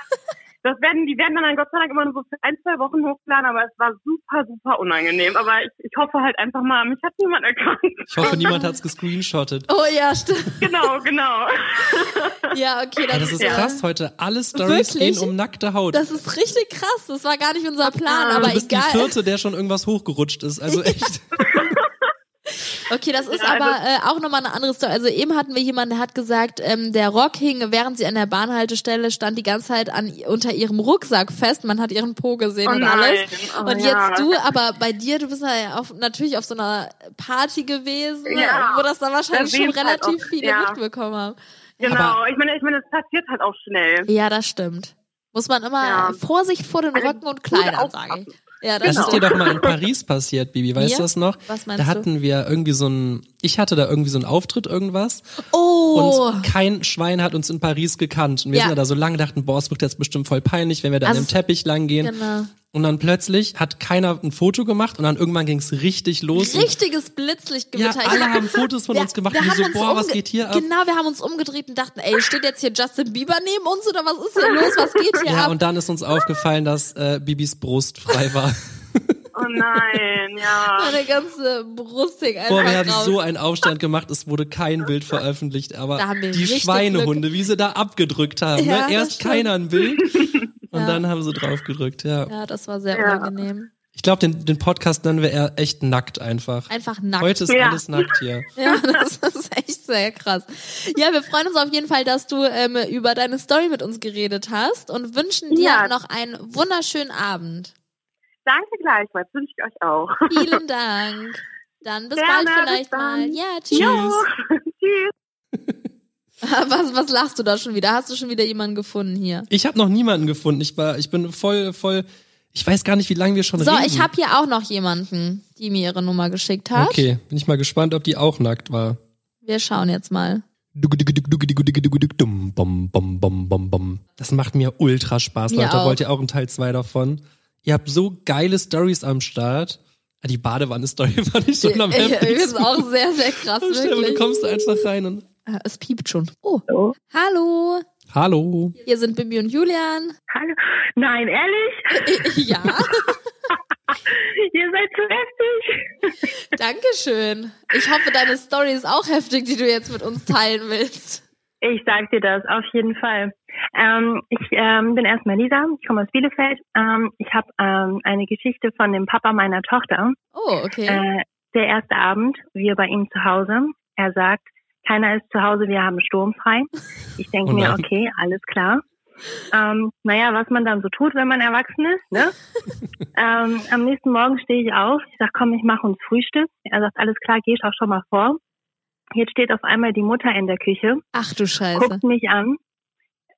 das werden, die werden dann halt Gott sei Dank immer nur so für ein, zwei Wochen hochgeladen, aber es war super, super unangenehm. Aber ich, ich hoffe halt einfach mal, mich hat niemand erkannt. Ich hoffe, niemand hat's gescreenshottet. Oh ja, stimmt. Genau, genau. Ja, okay, das, Ja, das ist ja. krass heute. Alle Stories Wirklich? gehen um nackte Haut. Das ist richtig krass. Das war gar nicht unser Plan, Ah, aber du bist egal. die vierte, der schon irgendwas hochgerutscht ist. Also echt. Okay, das ist Ja, also- aber äh, auch nochmal eine andere Story. Also eben hatten wir jemanden, der hat gesagt, ähm, der Rock hing, während sie an der Bahnhaltestelle stand, die ganze Zeit an, unter ihrem Rucksack fest. Man hat ihren Po gesehen Oh und nein. alles. Oh und ja. jetzt du, aber bei dir, du bist ja auf, natürlich auf so einer Party gewesen, Ja. wo das dann wahrscheinlich Da schon sehen's halt relativ auch, viele ja. mitbekommen haben. Genau. Ich meine, ich meine, das passiert halt auch schnell. Ja, das stimmt. Muss man immer Ja. Vorsicht vor den Also Rücken und gut Kleidern, aufpassen. sage ich. Ja, das Das ist dir stimmt. doch mal in Paris passiert, Bibi. Weißt Genau. Mir? du das noch? Was meinst Da du? hatten wir irgendwie so einen, ich hatte da irgendwie so einen Auftritt, irgendwas. Oh, Und kein Schwein hat uns in Paris gekannt. Und wir Ja. sind ja da so lang, dachten, boah, es wird jetzt bestimmt voll peinlich, wenn wir da Also- an dem Teppich lang gehen. genau. Und dann plötzlich hat keiner ein Foto gemacht und dann irgendwann ging's richtig los. Richtiges ja, Blitzlichtgewitter. Ich alle hab- haben Fotos von wir- uns gemacht wir und wir haben so, uns boah, was umge- geht hier ab? Genau, wir haben uns umgedreht und dachten, ey, steht jetzt hier Justin Bieber neben uns oder was ist hier los? Was geht hier Ja, ab? und dann ist uns aufgefallen, dass äh, Bibis Brust frei war. Oh nein, ja. Meine ganze Brust hing einfach Boah, wir haben raus. so einen Aufstand gemacht, es wurde kein Bild veröffentlicht, aber Da haben wir die richtig Schweinehunde, wie sie da abgedrückt haben, Ja, das ne? erst stimmt. keiner ein Bild und Ja. dann haben sie draufgedrückt, ja. ja, das war sehr Ja. unangenehm. Ich glaube, den, den Podcast nennen wir eher echt nackt einfach. Einfach nackt. Heute ist Ja. alles nackt hier. Ja, das ist echt sehr krass. Ja, wir freuen uns auf jeden Fall, dass du ähm, über deine Story mit uns geredet hast und wünschen dir Ja. noch einen wunderschönen Abend. Danke gleichfalls, wünsche ich euch auch. Vielen Dank. Dann bis Gerne, bald vielleicht bis mal. dann. Ja, tschüss. Jo. Tschüss. Was, was lachst du da schon wieder? Hast du schon wieder jemanden gefunden hier? Ich habe noch niemanden gefunden. Ich war, ich bin voll, voll. Ich weiß gar nicht, wie lange wir schon So, reden. ich habe hier auch noch jemanden, die mir ihre Nummer geschickt hat. Okay, bin ich mal gespannt, ob die auch nackt war. Wir schauen jetzt mal. Das macht mir ultra Spaß, Mir Leute. auch. Wollt ihr auch einen Teil 2 davon? Ihr habt so geile Stories am Start. Ah, Die Badewanne-Story fand ich schon am Ich- ich- Das ist heftigsten. auch sehr, sehr krass, Stell dir, Du wirklich. kommst da einfach rein und... Ah, Es piept schon. Oh, Hallo? hallo. Hallo. Hier sind Bibi und Julian. Äh, Hallo? Nein, ehrlich? Ja, Ihr seid zu heftig. Dankeschön. Ich hoffe, deine Story ist auch heftig, die du jetzt mit uns teilen willst. Ich sag dir das, auf jeden Fall. Ähm, ich ähm, bin erstmal Lisa, ich komme aus Bielefeld. Ähm, ich habe ähm, eine Geschichte von dem Papa meiner Tochter. Oh, okay. Äh, der erste Abend, wir bei ihm zu Hause. Er sagt, keiner ist zu Hause, wir haben sturmfrei. Ich denke Oh mir, nein. okay, alles klar. Ähm, naja, was man dann so tut, wenn man erwachsen ist. Ne? ähm, am nächsten Morgen stehe ich auf. Ich sage, komm, ich mache uns Frühstück. Er sagt, alles klar, geh ich auch schon mal vor. Jetzt steht auf einmal die Mutter in der Küche Ach du Scheiße. guckt mich an.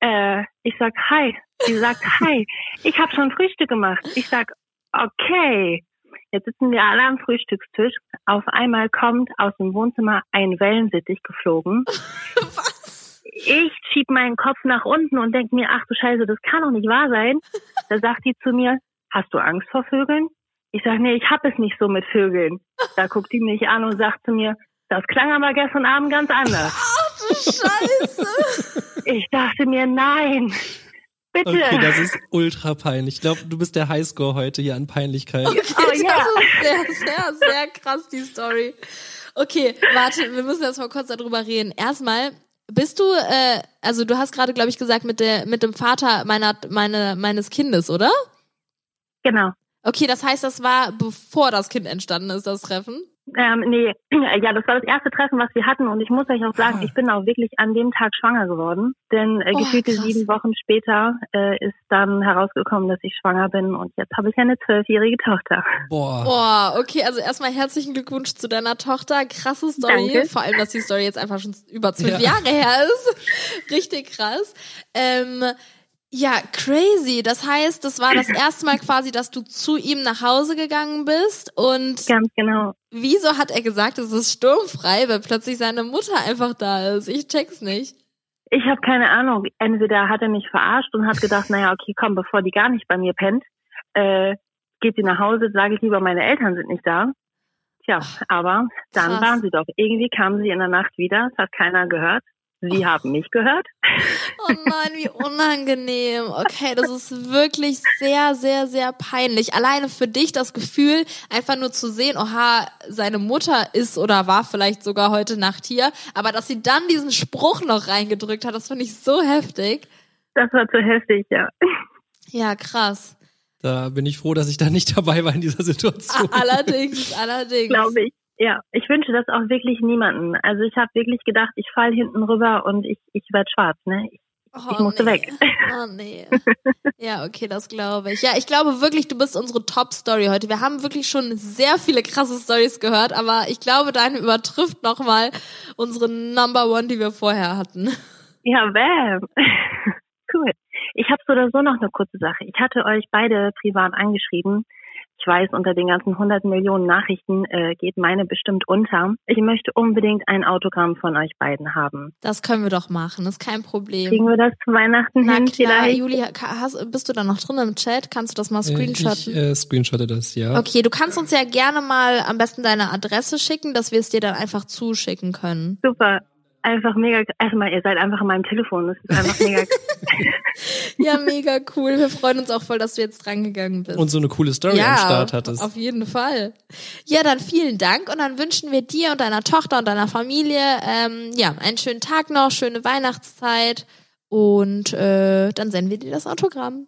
Äh, ich sag Hi. Sie sagt Hi. Ich habe schon Frühstück gemacht. Ich sag okay. Jetzt sitzen wir alle am Frühstückstisch. Auf einmal kommt aus dem Wohnzimmer ein Wellensittich geflogen. Was? Ich schieb meinen Kopf nach unten und denk mir, ach du Scheiße, das kann doch nicht wahr sein. Da sagt sie zu mir, hast du Angst vor Vögeln? Ich sage, nee, ich habe es nicht so mit Vögeln. Da guckt die mich an und sagt zu mir, das klang aber gestern Abend ganz anders. Scheiße. Ich dachte mir, nein, bitte. Okay, das ist ultra peinlich. Ich glaube, du bist der Highscore heute hier an Peinlichkeit. Oh ja. Das ist sehr, sehr, sehr krass, die Story. Okay, warte, wir müssen erst mal kurz darüber reden. Erstmal, bist du, äh, also du hast gerade, glaube ich, gesagt, mit, der, mit dem Vater meiner, meine, meines Kindes, oder? genau. Okay, das heißt, das war bevor das Kind entstanden ist, das Treffen. Ähm, nee, ja, das war das erste Treffen, was wir hatten und ich muss euch auch sagen, Ah. ich bin auch wirklich an dem Tag schwanger geworden, denn äh, Oh, gefühlte krass. sieben Wochen später äh, ist dann herausgekommen, dass ich schwanger bin und jetzt habe ich eine zwölfjährige Tochter. Boah. Boah, okay, also erstmal herzlichen Glückwunsch zu deiner Tochter. Krasse Story. Danke. Vor allem, dass die Story jetzt einfach schon über zwölf Ja. Jahre her ist. Richtig krass. Ähm, ja, crazy. Das heißt, das war das erste Mal quasi, dass du zu ihm nach Hause gegangen bist. Und Ganz genau. wieso hat er gesagt, es ist sturmfrei, weil plötzlich seine Mutter einfach da ist? Ich check's nicht. Ich habe keine Ahnung. Entweder hat er mich verarscht und hat gedacht, naja, okay, komm, bevor die gar nicht bei mir pennt, äh, geht sie nach Hause, sage ich lieber, meine Eltern sind nicht da. Tja, aber dann krass. waren sie doch. Irgendwie kamen sie in der Nacht wieder, es hat keiner gehört. Sie haben mich gehört. Oh nein, wie unangenehm. Okay, das ist wirklich sehr, sehr, sehr peinlich. Alleine für dich das Gefühl, einfach nur zu sehen, oha, seine Mutter ist oder war vielleicht sogar heute Nacht hier, aber dass sie dann diesen Spruch noch reingedrückt hat, das finde ich so heftig. Das war zu heftig, ja. Ja, krass. Da bin ich froh, dass ich da nicht dabei war in dieser A- Situation. Allerdings, allerdings. Glaube ich. Ja, ich wünsche das auch wirklich niemanden. Also ich habe wirklich gedacht, ich falle hinten rüber und ich, ich werde schwarz, ne? Ich, Oh, ich musste nee. weg. Oh nee. Ja, okay, das glaube ich. Ja, ich glaube wirklich, du bist unsere Top-Story heute. Wir haben wirklich schon sehr viele krasse Stories gehört, aber ich glaube, deine übertrifft nochmal unsere Number One, die wir vorher hatten. Ja, bam. cool. Ich habe so oder so noch eine kurze Sache. Ich hatte euch beide privat angeschrieben. Ich weiß, unter den ganzen hunderten Millionen Nachrichten äh, geht meine bestimmt unter. Ich möchte unbedingt ein Autogramm von euch beiden haben. Das können wir doch machen, ist kein Problem. Kriegen wir das zu Weihnachten Na hin klar, vielleicht? Juli, ka- hast, bist du da noch drin im Chat? Kannst du das mal Äh, Ich screenshotten? äh, screenshotte das, ja. Okay, du kannst uns ja gerne mal am besten deine Adresse schicken, dass wir es dir dann einfach zuschicken können. Super. Einfach mega. Erstmal, ihr seid einfach in meinem Telefon. Das ist einfach mega. Ja, mega cool. Wir freuen uns auch voll, dass du jetzt drangegangen bist. Und so eine coole Story am Start hattest. Auf jeden Fall. Ja, dann vielen Dank und dann wünschen wir dir und deiner Tochter und deiner Familie ähm, ja einen schönen Tag noch, schöne Weihnachtszeit und äh, dann senden wir dir das Autogramm.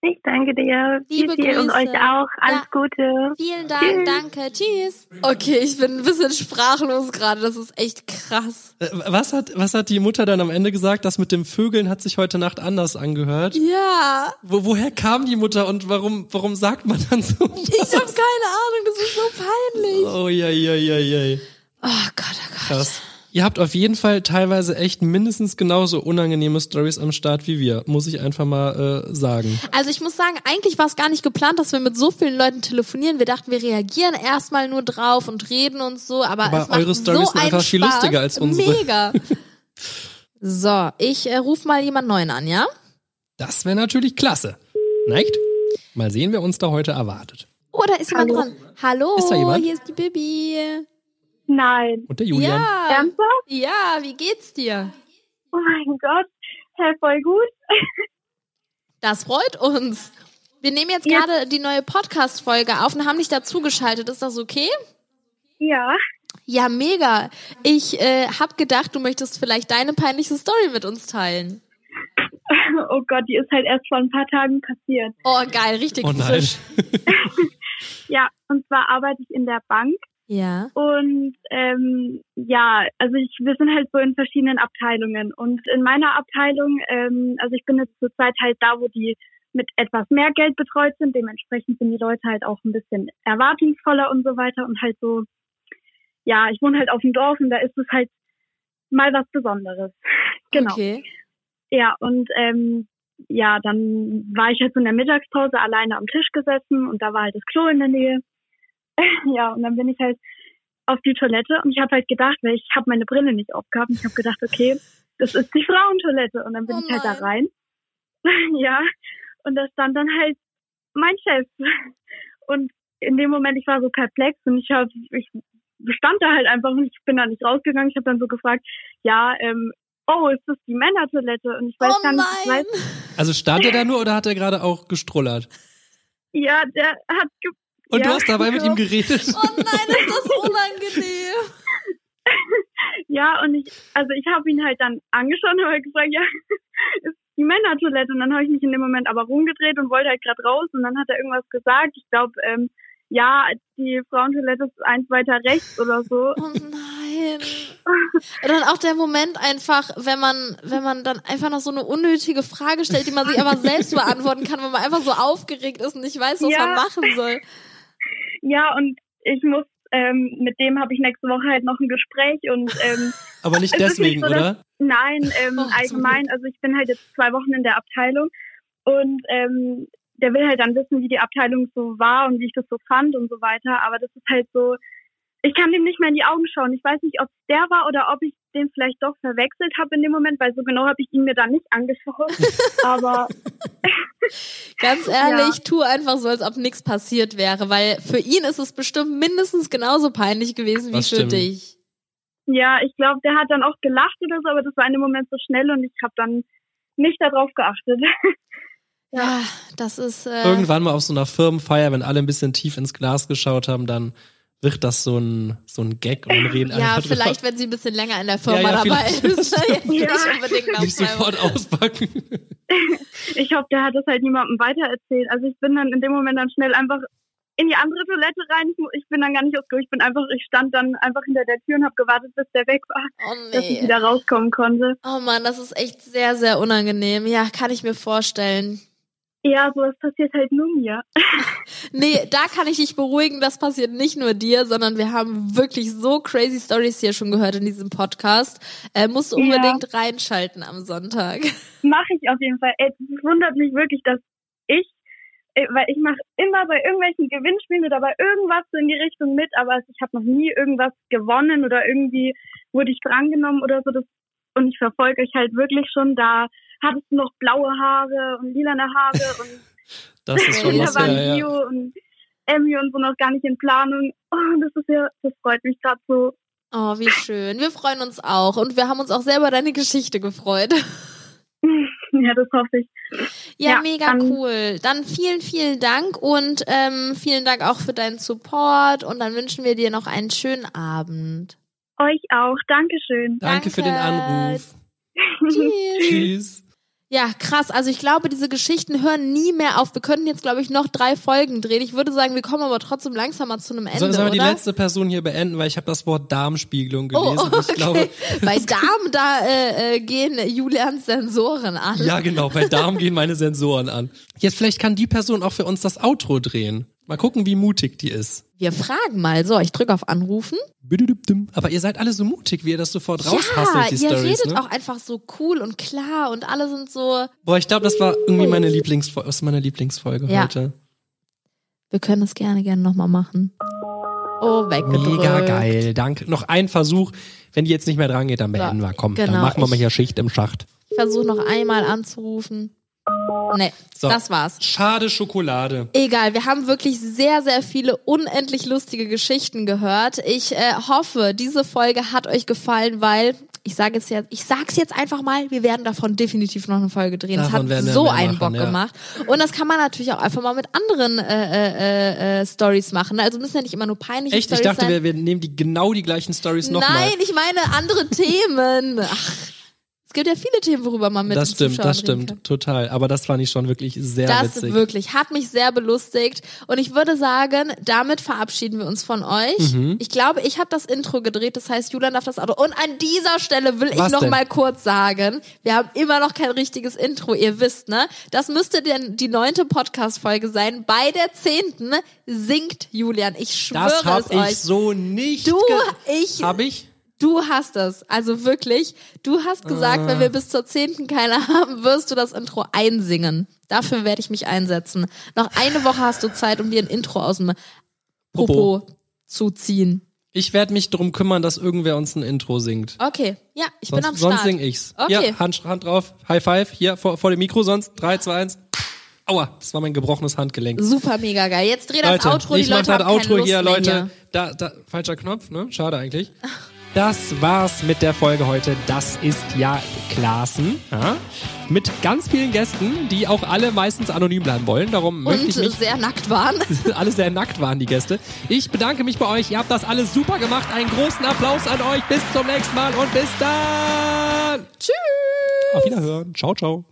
Ich danke dir. Liebe Tschüssi und Grüße. euch auch. Alles Ja. Gute. Vielen Dank, danke, tschüss. Okay, ich bin ein bisschen sprachlos gerade, das ist echt krass. Äh, Was hat, was hat die Mutter dann am Ende gesagt? Das mit dem Vögeln hat sich heute Nacht anders angehört. Ja, Wo, woher kam die Mutter und warum, warum sagt man dann so? ich habe keine Ahnung, das ist so peinlich. Oh, ja, ja, ja, ja. Oh Gott, oh Gott. Krass. Ihr habt auf jeden Fall teilweise echt mindestens genauso unangenehme Stories am Start wie wir, muss ich einfach mal äh, sagen. Also ich muss sagen, eigentlich war es gar nicht geplant, dass wir mit so vielen Leuten telefonieren. Wir dachten, wir reagieren erstmal nur drauf und reden und so, aber, Aber es macht eure Storys so sind einen einfach viel Spaß. lustiger als unsere. Mega. So, ich äh, ruf mal jemand neuen an, ja? Das wäre natürlich klasse. Neigt? Mal sehen, wer uns da heute erwartet. Oh, da ist jemand dran. Hallo, Ist da jemand? hier ist die Bibi. Nein. Und der Julian. Ja, Ernsthaft? ja, wie geht's dir? Oh mein Gott. Hä, voll gut. Das freut uns. Wir nehmen jetzt Ja. gerade die neue Podcast-Folge auf und haben dich dazugeschaltet. Ist das okay? Ja. Ja, mega. Ich äh, hab gedacht, du möchtest vielleicht deine peinliche Story mit uns teilen. Oh Gott, die ist halt erst vor ein paar Tagen passiert. Oh, geil, richtig Oh nein. frisch. Ja, und zwar arbeite ich in der Bank Ja. und ähm, ja, also ich, wir sind halt so in verschiedenen Abteilungen und in meiner Abteilung, ähm, also ich bin jetzt zurzeit halt da, wo die mit etwas mehr Geld betreut sind, dementsprechend sind die Leute halt auch ein bisschen erwartungsvoller und so weiter und halt so, ja, ich wohne halt auf dem Dorf und da ist es halt mal was Besonderes. Genau. Okay. Ja, und ähm, ja, dann war ich halt so in der Mittagspause alleine am Tisch gesessen und da war halt das Klo in der Nähe. ja, und dann bin ich halt auf die Toilette und ich habe halt gedacht, weil ich habe meine Brille nicht aufgehabt, und ich habe gedacht, okay, das ist die Frauentoilette und dann bin Oh ich halt nein. da rein. ja, und da stand dann halt mein Chef. Und in dem Moment, ich war so perplex und ich habe, ich stand da halt einfach und ich bin da nicht rausgegangen. Ich habe dann so gefragt, ja, ähm, oh, ist das die Männertoilette? Und ich weiß oh gar nicht, ich nein! weiß, Also stand er da nur oder hat er gerade auch gestrullert? ja, der hat ge Und du Ja, genau. hast dabei mit so. ihm geredet? Oh nein, ist das unangenehm. Ja, und ich, also ich habe ihn halt dann angeschaut und habe gesagt, ja, ist die Männertoilette. Und dann habe ich mich in dem Moment aber rumgedreht und wollte halt gerade raus. Und dann hat er irgendwas gesagt. Ich glaube, ähm, ja, die Frauentoilette ist eins weiter rechts oder so. Oh nein. Und dann auch der Moment einfach, wenn man, wenn man dann einfach noch so eine unnötige Frage stellt, die man sich aber selbst beantworten kann, wenn man einfach so aufgeregt ist und nicht weiß, was Ja. man machen soll. Ja, und ich muss, ähm, mit dem habe ich nächste Woche halt noch ein Gespräch. Und ähm, Aber nicht Es ist deswegen, nicht so, dass- oder? nein, ähm, Oh, zum allgemein, also ich bin halt jetzt zwei Wochen in der Abteilung und ähm, der will halt dann wissen, wie die Abteilung so war und wie ich das so fand und so weiter. Aber das ist halt so, ich kann dem nicht mehr in die Augen schauen. Ich weiß nicht, ob es der war oder ob ich den vielleicht doch verwechselt habe in dem Moment, weil so genau habe ich ihn mir da nicht angeschaut. Aber Ganz ehrlich, tu einfach so, als ob nichts passiert wäre, weil für ihn ist es bestimmt mindestens genauso peinlich gewesen wie Das für stimmt. dich. ja, ich glaube, der hat dann auch gelacht oder so, aber das war in dem Moment so schnell und ich habe dann nicht darauf geachtet. Ja, Ah, das ist. Äh, Irgendwann mal auf so einer Firmenfeier, wenn alle ein bisschen tief ins Glas geschaut haben, dann wird das so ein, so ein Gag und reden Ja, einfach drüber. vielleicht, wenn sie ein bisschen länger in der Firma Ja, ja, dabei vielleicht. ist. Jetzt nicht Ja. unbedingt nach nicht zwei Wochen. sofort auspacken. Ich hoffe, der hat es halt niemandem weitererzählt. Also ich bin dann in dem Moment dann schnell einfach in die andere Toilette rein. Ich mu- Ich bin dann gar nicht ausgerutscht. Ich bin einfach, ich stand dann einfach hinter der Tür und habe gewartet, bis der weg war, Oh dass ich nee. wieder rauskommen konnte. Oh Mann, das ist echt sehr, sehr unangenehm. Ja, kann ich mir vorstellen. Ja, sowas passiert halt nur mir. Nee, da kann ich dich beruhigen, das passiert nicht nur dir, sondern wir haben wirklich so crazy Stories hier schon gehört in diesem Podcast. Äh, musst du Ja. unbedingt reinschalten am Sonntag. Mache ich auf jeden Fall. Ey, Es wundert mich wirklich, dass ich, äh, weil ich mache immer bei irgendwelchen Gewinnspielen oder bei irgendwas so in die Richtung mit, aber ich habe noch nie irgendwas gewonnen oder irgendwie wurde ich drangenommen oder so. Das, und ich verfolge euch halt wirklich schon. Da hattest du noch blaue Haare und lilane Haare und Das ist schon Ja, was. Hier waren Ja, ja. Gio und Emmy und so noch gar nicht in Planung. Oh, das ist ja, das freut mich gerade so. Oh, wie schön. Wir freuen uns auch und wir haben uns auch selber deine Geschichte gefreut. Ja, das hoffe ich. Ja, Ja, mega dann- cool. Dann vielen, vielen Dank und ähm, vielen Dank auch für deinen Support und dann wünschen wir dir noch einen schönen Abend. Euch auch. Dankeschön. Danke für den Anruf. Tschüss. Tschüss. Ja, krass. Also ich glaube, diese Geschichten hören nie mehr auf. Wir könnten jetzt, glaube ich, noch drei Folgen drehen. Ich würde sagen, wir kommen aber trotzdem langsamer zu einem Ende, Sollen wir oder? die letzte Person hier beenden, weil ich habe das Wort Darmspiegelung oh, gelesen. und okay. Ich glaube, Bei Damen, da äh, äh, gehen Julians Sensoren an. ja genau, bei Darm gehen meine Sensoren an. Jetzt vielleicht kann die Person auch für uns das Outro drehen. Mal gucken, wie mutig die ist. Wir fragen mal. So, ich drücke auf Anrufen. Bididibdim. Aber ihr seid alle so mutig, wie ihr das sofort ja, raushasselt, die ihr Stories. redet Ne? auch einfach so cool und klar und alle sind so... Boah, ich glaube, das war irgendwie meine Lieblingsfolge, das ist meine Lieblingsfolge Ja. heute. Wir können es gerne, gerne nochmal machen. Oh, weggedrückt. Mega geil, danke. Noch ein Versuch. Wenn die jetzt nicht mehr dran geht, dann beenden wir. Komm, Genau, dann machen wir mal ich- hier Schicht im Schacht. Ich versuche noch einmal anzurufen. Nee, So. das war's. Schade Schokolade. Egal, wir haben wirklich sehr, sehr viele unendlich lustige Geschichten gehört. Ich äh, hoffe, diese Folge hat euch gefallen, weil ich sage jetzt jetzt, ich sag's jetzt einfach mal, wir werden davon definitiv noch eine Folge drehen. Es Davon hat werden wir so mehr einen machen, Bock ja. gemacht. Und das kann man natürlich auch einfach mal mit anderen äh, äh, äh, Stories machen. Also müssen ja nicht immer nur peinliche Echt? Ich Stories dachte, sein. wir, wir nehmen die genau die gleichen Stories nochmal. Nein, ich meine andere Themen. Ach, es gibt ja viele Themen, worüber man mit Das den stimmt, Zuschauern das reden stimmt, kann. total. Aber das fand ich schon wirklich sehr Das witzig. wirklich hat mich sehr belustigt und ich würde sagen, damit verabschieden wir uns von euch. Mhm. Ich glaube, ich habe das Intro gedreht, das heißt, Julian darf das Auto. Und an dieser Stelle will Was ich noch denn? mal kurz sagen, wir haben immer noch kein richtiges Intro, ihr wisst, ne? Das müsste denn die neunte Podcast Folge sein. Bei der zehnten singt Julian. Ich schwöre das es habe ich euch. so nicht. Du, ge- ich- Hab ich? Du hast das, also wirklich. Du hast gesagt, wenn Ah. wir bis zur zehnten keine haben, wirst du das Intro einsingen. Dafür werde ich mich einsetzen. Noch eine Woche hast du Zeit, um dir ein Intro aus dem Popo, zu ziehen. Ich werde mich drum kümmern, dass irgendwer uns ein Intro singt. Okay, ja, ich sonst, bin am Start. sonst sing ich's. Okay. Ja, Hand, Hand drauf, High Five, hier vor, vor dem Mikro sonst. 3, 2, 1. Aua, das war mein gebrochenes Handgelenk. Super mega geil. Jetzt dreh das Leute, Outro, die ich mach Leute das haben keine Outro Lust hier, mehr Leute. hier. Da, da, falscher Knopf, ne? Schade eigentlich. Das war's mit der Folge heute. Das ist ja Klassen. Ja? Mit ganz vielen Gästen, die auch alle meistens anonym bleiben wollen. Darum möchte Und ich mich sehr nackt waren. alle sehr nackt waren, die Gäste. Ich bedanke mich bei euch. Ihr habt das alles super gemacht. Einen großen Applaus an euch. Bis zum nächsten Mal und bis dann. Tschüss. Auf Wiederhören. Ciao, ciao.